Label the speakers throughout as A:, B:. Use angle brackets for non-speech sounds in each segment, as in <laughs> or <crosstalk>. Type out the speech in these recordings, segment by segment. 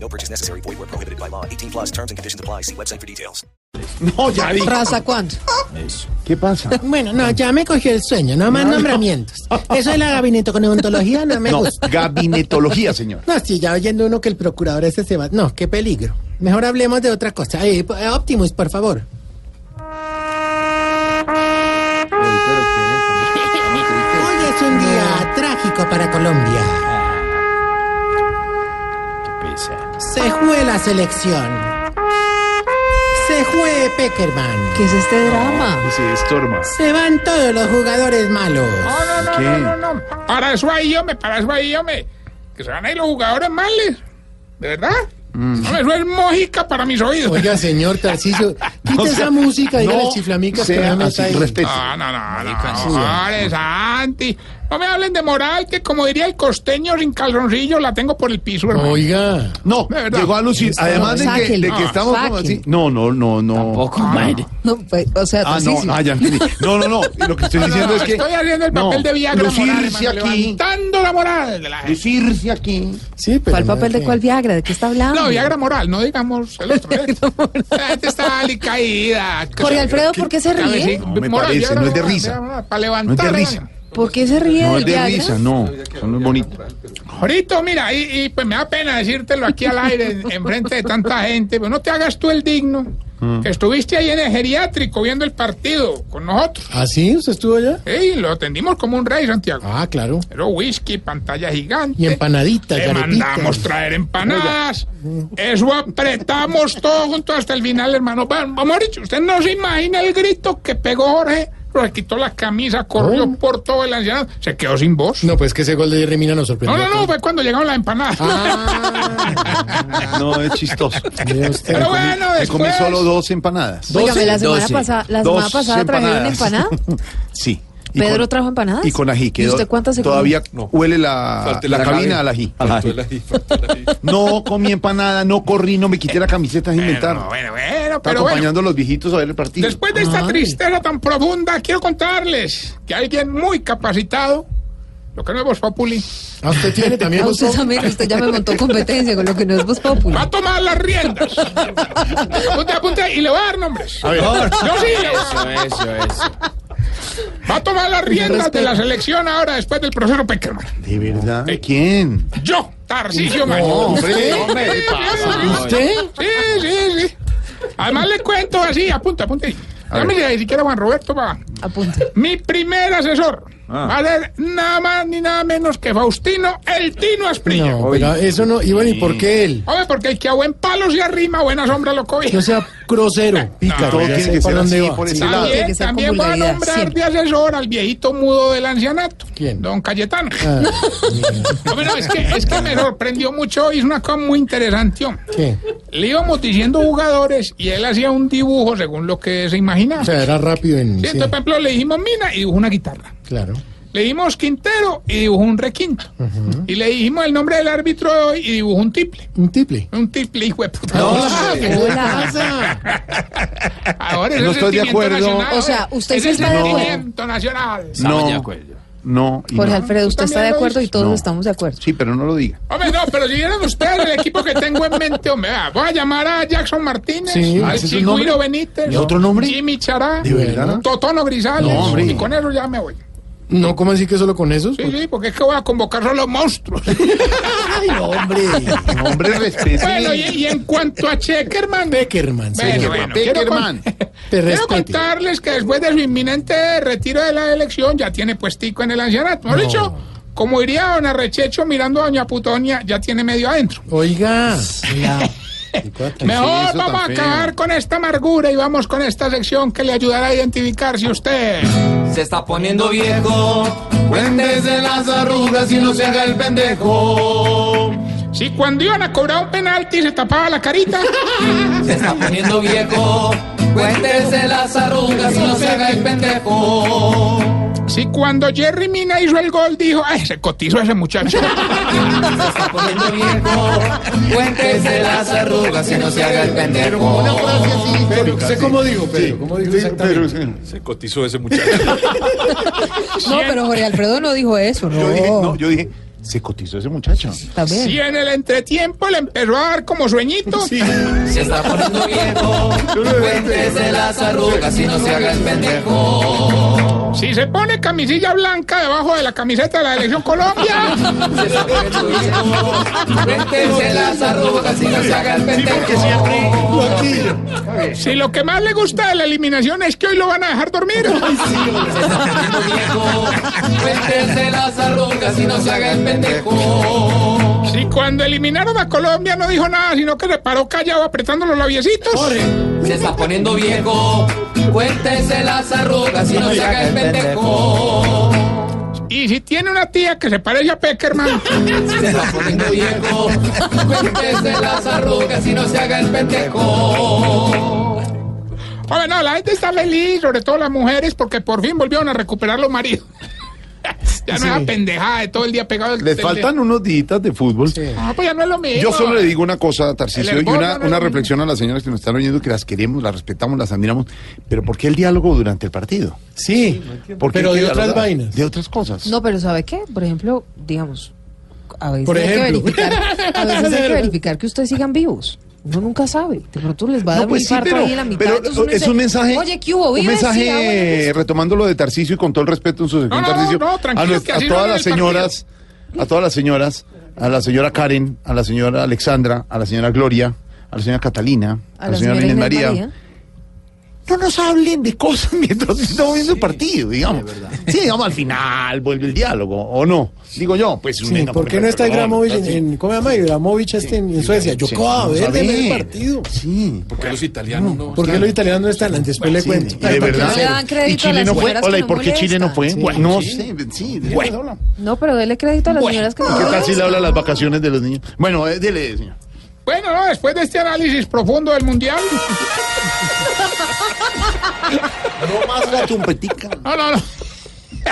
A: No purchase necessary. Void where prohibited by law. 18 plus terms and conditions apply. See website for details.
B: No, ya vi.
C: ¿Raza cuánto?
B: ¿Qué pasa?
C: Bueno, no, ya me cogió el sueño, no más nombramientos. Eso de la gabinete con odontología no me
B: No,
C: gusta.
B: gabinetología, señor.
C: No, sí, ya oyendo uno que el procurador ese se va. No, qué peligro. Mejor hablemos de otra cosa. Eh, eh, Optimus, por favor. Hoy es un día trágico para Colombia. Se fue la selección. Se fue Peckerman.
D: ¿Qué es este drama?
B: Sí, estorma.
C: Se van todos los jugadores malos.
E: No, no,
B: ¿Qué?
E: no, no, no. Para eso ahí, hombre, para eso ahí, hombre. Que se van a ir los jugadores males. ¿De verdad?
B: Mm.
E: Hombre, eso es mójica para mis oídos.
C: Oiga, señor Tarcicio, quita esa música, dígale
B: No
C: chiflamicas que
B: sea
C: no me
B: así,
C: está ahí.
B: respete.
E: No, no, no, no, señores, Santi. No me hablen de moral, que como diría el costeño sin calzoncillo, la tengo por el piso, hermano.
C: Oiga.
B: No,
E: De verdad.
B: llegó a lucir. Además de que,
D: Sáquenlo.
B: de que estamos como así.
D: Sáquenlo.
B: No, no, no, Ah, no. Tampoco.
D: No, pues, o sea,
B: Ah, no,
D: Tarcisio.
B: ah, ya entendí. No, no, no. Lo que estoy
E: No, no,
B: diciendo
E: no,
B: es que.
E: estoy haciendo el
B: no,
E: papel de Viagra moral,
B: Lucirse
E: hermano,
B: aquí.
E: levantando la moral de la gente.
B: Lucirse aquí.
C: Sí, pero
D: ¿Cuál
C: no,
D: papel de
C: ¿qué?
D: cuál Viagra? ¿De qué está hablando?
E: No, Viagra moral, no digamos el otro.
B: <laughs>
E: ¿eh? La gente está alicaída.
D: Jorge Alfredo, ¿por qué se ríe?
E: Cabecita,
B: No me
E: moral,
B: parece,
E: Viagra
B: no es de
E: moral,
B: risa.
E: Viagra moral, Para levantar.
B: No es de
E: la
B: risa.
E: vaina.
D: ¿Por qué se ríe
B: No
D: del
B: es de
D: Viagra?
B: risa, no. Son muy bonitos.
E: Jorito, mira, y, y, pues me da pena decírtelo aquí al aire, en, en frente de tanta gente, pero no te hagas tú el digno.
C: Mm.
E: Que estuviste ahí en el geriátrico viendo el partido con nosotros.
C: ¿Ah, sí? ¿Usted estuvo allá?
E: Sí, lo atendimos como un rey, Santiago.
C: Ah, claro.
E: Pero whisky, pantalla gigante.
C: Y empanaditas,
E: Te Eh, mandamos
C: arepitas.
E: traer empanadas. Eso apretamos todo junto hasta el final, hermano. Va- Vamos, Mauricio, usted no se imagina el grito que pegó Jorge. Le quitó la camisa, corrió
C: Oh.
E: por todo el anciano. Se quedó sin voz.
C: No, pues que ese gol de Jerry Mina nos
E: No,
C: sorprendió.
E: no, no, fue cuando llegaron las empanadas.
C: Ah.
B: No, es chistoso.
C: Mire usted.
E: Pero bueno,
B: Me comí
E: después.
B: solo dos empanadas.
D: Óigame, la semana
F: 12.
D: pasada, la
B: Dos
D: semana pasada trajeron
B: empanadas. <laughs>
D: empanada.
B: Sí. Y
D: ¿Pedro
B: con-
D: trajo empanadas?
B: Y con ají.
D: ¿Y usted cuántas se comió?
B: Todavía huele la, la, cabina al ají. <laughs> No comí empanada, no corrí, no me quité la camiseta sin inventar.
E: Bueno, bueno, bueno,
B: Estaba
E: pero bueno.
B: acompañando a los viejitos a ver el partido.
E: Después de esta tristeza tan profunda, quiero contarles que alguien muy capacitado, lo que no es Voz Populi,
C: ¿A usted tiene también
D: A
C: vos?
D: Ah, usted también, usted ya me montó competencia con lo que no es Voz Populi.
E: va a tomar las riendas. Apunte, apunte, y le voy a dar nombres.
B: A ver,
E: Yo sí, le-
F: Eso, eso, eso.
E: va a tomar las riendas de la selección ahora después del proceso Peckerman.
B: ¿de verdad? ¿Quién?
E: Yo, Tarcisio Maya.
B: Eh. hombre, hombre,
E: Sí,
C: ¿Usted?
E: Sí, sí, sí. Además le cuento así, apunta, apunta.
B: ver.
E: No me diga ni siquiera Juan Roberto va.
D: Apunte.
E: Mi primer asesor va a ser nada más ni nada menos que Faustino El Tino Asprilla.
C: No, pero eso no. Y bueno, ¿y por qué él?
E: Hombre, porque el que a buen palo se arrima, buena sombra lo coge.
C: No sea grosero, pícaro.
B: Todo
C: ya
B: tiene
C: sé
B: que
C: para
B: ser
C: dónde
B: así,
C: va.
B: por ese
C: Sí.
B: lado.
D: tiene que
E: También,
D: ser con
E: también voy a
D: vulgaridad,
E: nombrar
D: siempre.
E: de asesor al viejito mudo del ancianato.
C: ¿Quién?
E: Don Cayetano.
C: Ah,
E: <laughs> No, pero es, que, es que me sorprendió mucho y es una cosa muy interesante. hombre.
C: ¿Qué?
E: Le íbamos diciendo jugadores y él hacía un dibujo según lo que se imaginaba.
C: O sea, era rápido en.
E: Sí,
C: Sí,
E: entonces, por ejemplo, le dijimos Mina y dibujó una guitarra.
C: claro.
E: Le dijimos Quintero y dibujó un requinto. Y le dijimos el nombre del árbitro de hoy y dibujó un triple.
C: Un tiple.
E: Un triple, hijo de puta.
C: Ah, ¿qué
D: Hola.
C: pasa?
E: Ahora es
B: No
E: el
B: estoy de
E: sentimiento
B: acuerdo.
E: nacional.
D: O sea, usted
E: Es
D: sí
E: el
D: está de acuerdo.
E: sentimiento nacional.
F: Estamos
B: No.
F: de acuerdo.
B: No, y
D: Jorge
B: no.
D: Alfredo,
E: Tú
D: usted está
E: también
D: de
E: lo
D: acuerdo y
E: dices.
D: todos
B: No.
D: estamos de acuerdo.
B: Sí, pero no lo <laughs> diga.
E: Hombre, no, pero si vieran ustedes el equipo que tengo en mente, hombre, vea, voy a llamar a Jackson Martínez,
C: Sí,
E: al
B: ¿ese es su nombre?
E: Chigüiro Benítez,
B: ¿Y otro nombre?
E: Jimmy Chará,
B: ¿De verdad?
E: Totono Grisales,
B: No, hombre.
E: y con eso ya me voy.
C: No, ¿cómo así que solo con esos?
E: Sí, sí, porque es que voy a convocar
B: <laughs>
E: solo monstruos.
C: Ay, no,
E: <laughs>
C: hombre.
B: No, hombre, respete.
E: bueno, y, y en cuanto a Checkerman,
C: Peckerman,
E: bueno,
C: señor.
E: bueno, quiero, con-
B: Peckerman.
C: Te
E: quiero
C: respete.
E: contarles que después de su inminente retiro de la elección ya tiene puestico en el ancianato. Por dicho, como diría don Arrechecho mirando a doña Putonia, ya tiene medio adentro.
C: Oiga.
E: <laughs> Mejor
B: eso
E: vamos a
B: tan feo?
E: acabar con esta amargura y vamos con esta sección que le ayudará a identificar si usted.
F: Se está poniendo viejo. Cuéntese las arrugas y no se haga el pendejo.
E: Si cuando iban a cobrar un penalti se tapaba la carita.
F: Se está poniendo viejo. Cuéntese las arrugas y no se haga el pendejo.
E: Si cuando Jerry Mina hizo el gol dijo, ay, se cotizó ese muchacho.
F: Se está poniendo viejo. Cuéntese las arrugas y no se haga el pendejo.
B: Pedro, sé cómo digo, Pedro, cómo digo exactamente.
G: Se cotizó ese muchacho.
D: No, pero Jorge Alfredo no dijo eso,
B: Yo dije, no,
D: no.
B: yo dije, se cotizó ese muchacho.
D: Está bien.
E: Si en el entretiempo le empezó a dar como sueñito.
F: Se está poniendo viejo. Cuéntese las arrugas y no se haga el pendejo.
E: Si se pone camisilla blanca debajo de la camiseta de la elección
B: <laughs>
E: Colombia.
F: Se está poniendo viejo. Cuéntese las arrugas y no se haga el pendejo.
E: Si lo que más le gusta de la eliminación es que hoy lo van a dejar dormir.
F: viejo. Cuéntese las arrugas y no se haga el pendejo.
E: Si cuando eliminaron a Colombia no dijo nada, sino que se paró callado apretando los labiecitos.
F: Se está poniendo viejo. Cuéntese las arrugas y no se haga el pendejo.
E: Y si tiene una tía que se parece a
B: <laughs>
E: Peckerman.
F: Se está poniendo viejo. Cuéntese las arrugas y no se haga el pendejo.
E: Hombre, no, la gente está feliz, sobre todo las mujeres, porque por fin volvieron a recuperar los maridos. <laughs> ya no es la pendejada de todo el día pegado. al
B: Les
E: tele.
B: faltan unos días de fútbol.
E: Ah, pues ya no es lo mismo.
B: Yo solo le digo una cosa, Tarcisio,
E: El
B: y una,
E: hermano,
B: una
E: el-
B: reflexión a las señoras que nos están oyendo, que las queremos, las respetamos, las admiramos, pero ¿por qué el diálogo durante el partido?
C: Sí,
B: ¿Por qué
C: pero
B: hay que
C: de otras
B: dialogar?
C: vainas.
B: De otras cosas.
D: No, pero ¿sabe qué? Por ejemplo, digamos, a veces,
C: Por
D: hay, que
C: ejemplo.
D: verificar, a
B: <laughs>
D: veces hay que verificar que ustedes sigan vivos. Uno nunca sabe. De pronto les va a dar
B: No, pues
D: un
B: sí,
D: infarto
B: pero,
D: ahí en la mitad.
B: pero
D: entonces uno
B: es
D: dice,
B: un mensaje.
D: Oye, ¿qué hubo?
B: Un
D: ¿Vives? Sí, ah,
B: mensaje,
D: bueno, pues,
B: retomando lo de Tarcisio y con todo el respeto en su sección,
E: no,
B: Tarcisio.
E: no,
B: a,
E: tranquilo,
B: nos-
E: que
B: a
E: así no
B: todas
E: viene
B: las
E: el
B: señoras, a todas las señoras, a la señora Karen, a la señora Alexandra, a la señora Gloria, a la señora Catalina, a, la señora, Inés María. No nos hablen de cosas <laughs> mientras estamos viendo el partido, digamos. Sí, digamos, al final vuelve el diálogo, ¿o no? Digo yo, pues...
C: Sí,
B: venga,
C: ¿Por qué no está
B: perdón,
C: Igramovic en,
B: sí.
C: en- ¿cómo se llama? Igramovic este en, en Suecia? Yo
B: Sí,
C: acabo a
B: vamos
C: ver
B: a
C: de ver el
B: ver.
C: partido.
B: Sí,
G: Porque los italianos no.
C: ¿Por qué los italianos no están? Después le
B: Sí,
C: cuento. <laughs>
B: y de verdad.
D: le dan crédito
B: ¿Y
D: a
B: Chile
D: las
B: no fue?
D: señoras que
B: Hola, ¿y
D: no
B: por qué Chile no
D: molestan?
B: fue?
C: Sí,
B: Bueno, no
C: sí.
B: sé, sí, de verdad habla.
D: No, pero dele crédito a las señoras que no
B: ¿Qué tal si le
D: molestan.
B: habla las vacaciones de los niños? Bueno, eh, dile, señor.
E: Bueno, no, después de este análisis profundo del mundial.
B: No más la chumpetica.
E: No, no, no.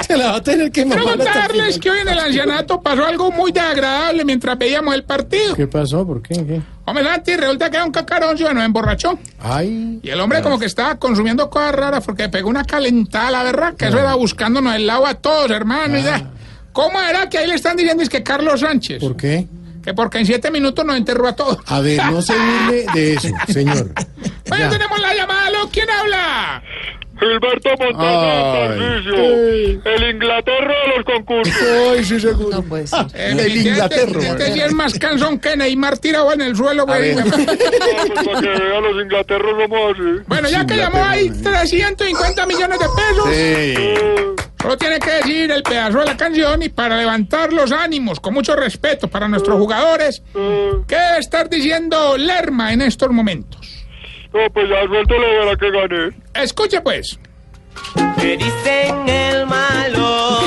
C: Se la va a tener que
E: Quiero
C: mamar hasta el
E: contarles
C: final.
E: que hoy en el ancianato pasó algo muy desagradable mientras veíamos el partido.
C: ¿Qué pasó? ¿Por qué? ¿Qué?
E: Hombre, Santi, resulta que era un cacarón se nos emborrachó.
C: Ay,
E: Y el hombre como que estaba consumiendo cosas raras porque pegó una calentada, la verdad, que
B: Ah.
E: eso era buscándonos el lado a todos, hermano. y ya. ¿Cómo era que ahí le están diciendo es que Carlos Sánchez?
C: ¿por qué?
E: Que porque en siete minutos nos enterró a todos.
C: A ver, no se burle de eso, señor.
E: Bueno,
C: Ya.
E: tenemos la llamada, ¿lo? ¿quién habla?
H: Gilberto Montaña,
B: Ay.
H: Tarcisio, el Inglaterra de los concursos.
C: Ay, sí, seguro.
D: No puede ser.
E: El,
B: Inglaterra,
E: Este sí es más cansón que Neymar tirado en el suelo, güey. <laughs>
H: Ah, pues, Para que vean los inglaterros somos así.
E: Bueno, ya que llamó ahí 350 millones de pesos. Solo tiene que decir el pedazo de la canción y para levantar los ánimos, con mucho respeto para nuestros jugadores, ¿qué debe estar diciendo Lerma en estos momentos?
H: No, pues ya suelto la verdad que gané.
E: Escuche pues,
F: Me dicen
E: <laughs>
F: el malo.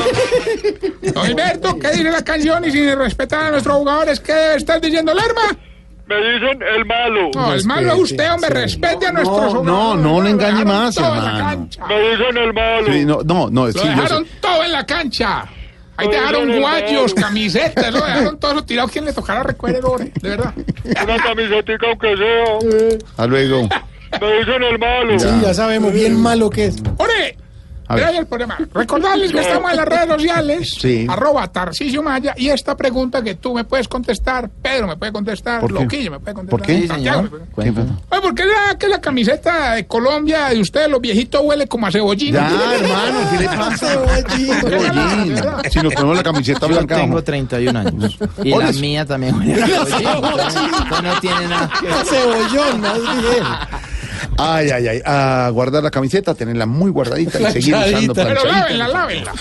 E: don Gilberto, ¿qué dice la canción y sin respetar a nuestros jugadores, qué debe estar diciendo Lerma?
H: Me dicen el malo.
E: No, el malo es usted, hombre, respete a nuestros
B: No,
E: jugadores.
B: no, no le engañe
E: Lo dejaron
B: más,
E: todo en la
B: hermano.
E: cancha.
H: Me dicen el malo.
B: Sí, no, no, no, sí,
E: Lo
B: yo
E: dejaron
B: sé.
E: todo en la cancha. Ahí
H: Lo
E: dejaron
H: dejaron
E: guayos,
H: todo.
E: camisetas, lo dejaron todo eso tirado. Quien le tocara recuerde, hombre, de verdad.
H: Una camisetica aunque sea.
B: Hasta luego.
H: Me dicen el malo.
C: Sí, ya sabemos bien malo que es.
E: ¡Ore!
B: A ver.
E: Gracias el problema. Recordarles que estamos en las redes sociales.
B: <laughs> Sí.
E: Arroba Tarcisio Maya. Y esta pregunta que tú me puedes contestar, Pedro me puede contestar,
B: ¿Por qué?
E: Loquillo me puede contestar.
B: ¿Por qué? Sí,
E: Santiago me
F: señor.
E: puede-
B: ¿Qué pasa?
E: Oye, ¿Por qué la, que la camiseta de Colombia de ustedes, los viejitos, huele como a cebollina?
B: Ya, hermano, ¿qué le pasa? Oye, si nos ponemos la camiseta blanca. vamos.
F: 31 años. Y
B: Oye, sí.
F: mía también. <laughs> Esto no tiene nada.
C: Cebollón, más bien.
B: Ay, ay, ay. A guardar la camiseta, tenerla muy guardadita y seguir usando
C: Planchadita.
E: Pero
B: planchadita.
E: lávenla, lávenla.